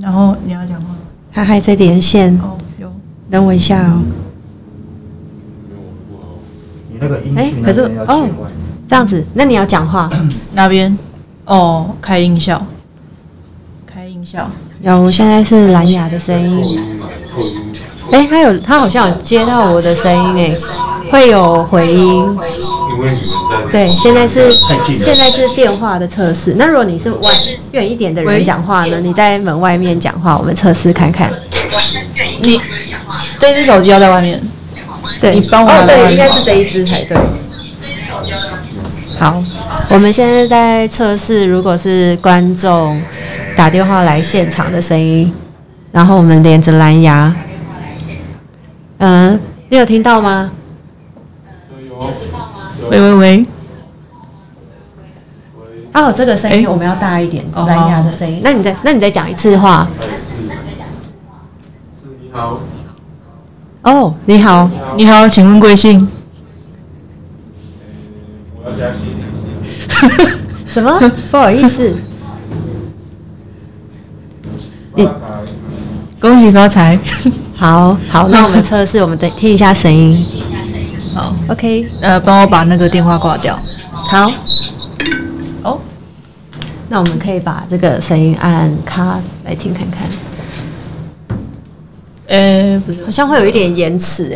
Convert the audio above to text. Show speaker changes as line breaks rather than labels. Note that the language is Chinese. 然后你要讲话
他还在连线，
哦，有
等我一下哦。
你那个音
哎
讯
可
那
是
边要切
哦
换。
这样子，那你要讲话。
哪边？哦，开音效，开音效，
有，现在是蓝牙的声音。哎、他有，他好像有接到我的声音哎，会有回音。
因为你们在
对，现在是
太近了
现在是电话的测试。那如果你是外远一点的人讲话呢？你在门外面讲话，我们测试看看。
你这只手机要在外面，
对，
你帮我拿到
哦，
外
对，
面
应该是这一只才对。好，我们现在在测试，如果是观众打电话来现场的声音，然后我们连着蓝牙。嗯、你有听到吗？
喂喂喂，
哦，这个声音
哎
我们要大一点，
哦
蓝牙的声音。那你再那你再讲一次话。
你好，呃
哦，你好，
你好，请问贵姓？
我要加薪。
什么？ 不好意思，
恭喜发财。
好好，那我们测试，我们等听一下声音。
好，
OK，
呃，帮我把那个电话挂掉。
好，
哦，
那我们可以把这个声音按卡来听看看，
呃，不是，
好像会有一点延迟哎、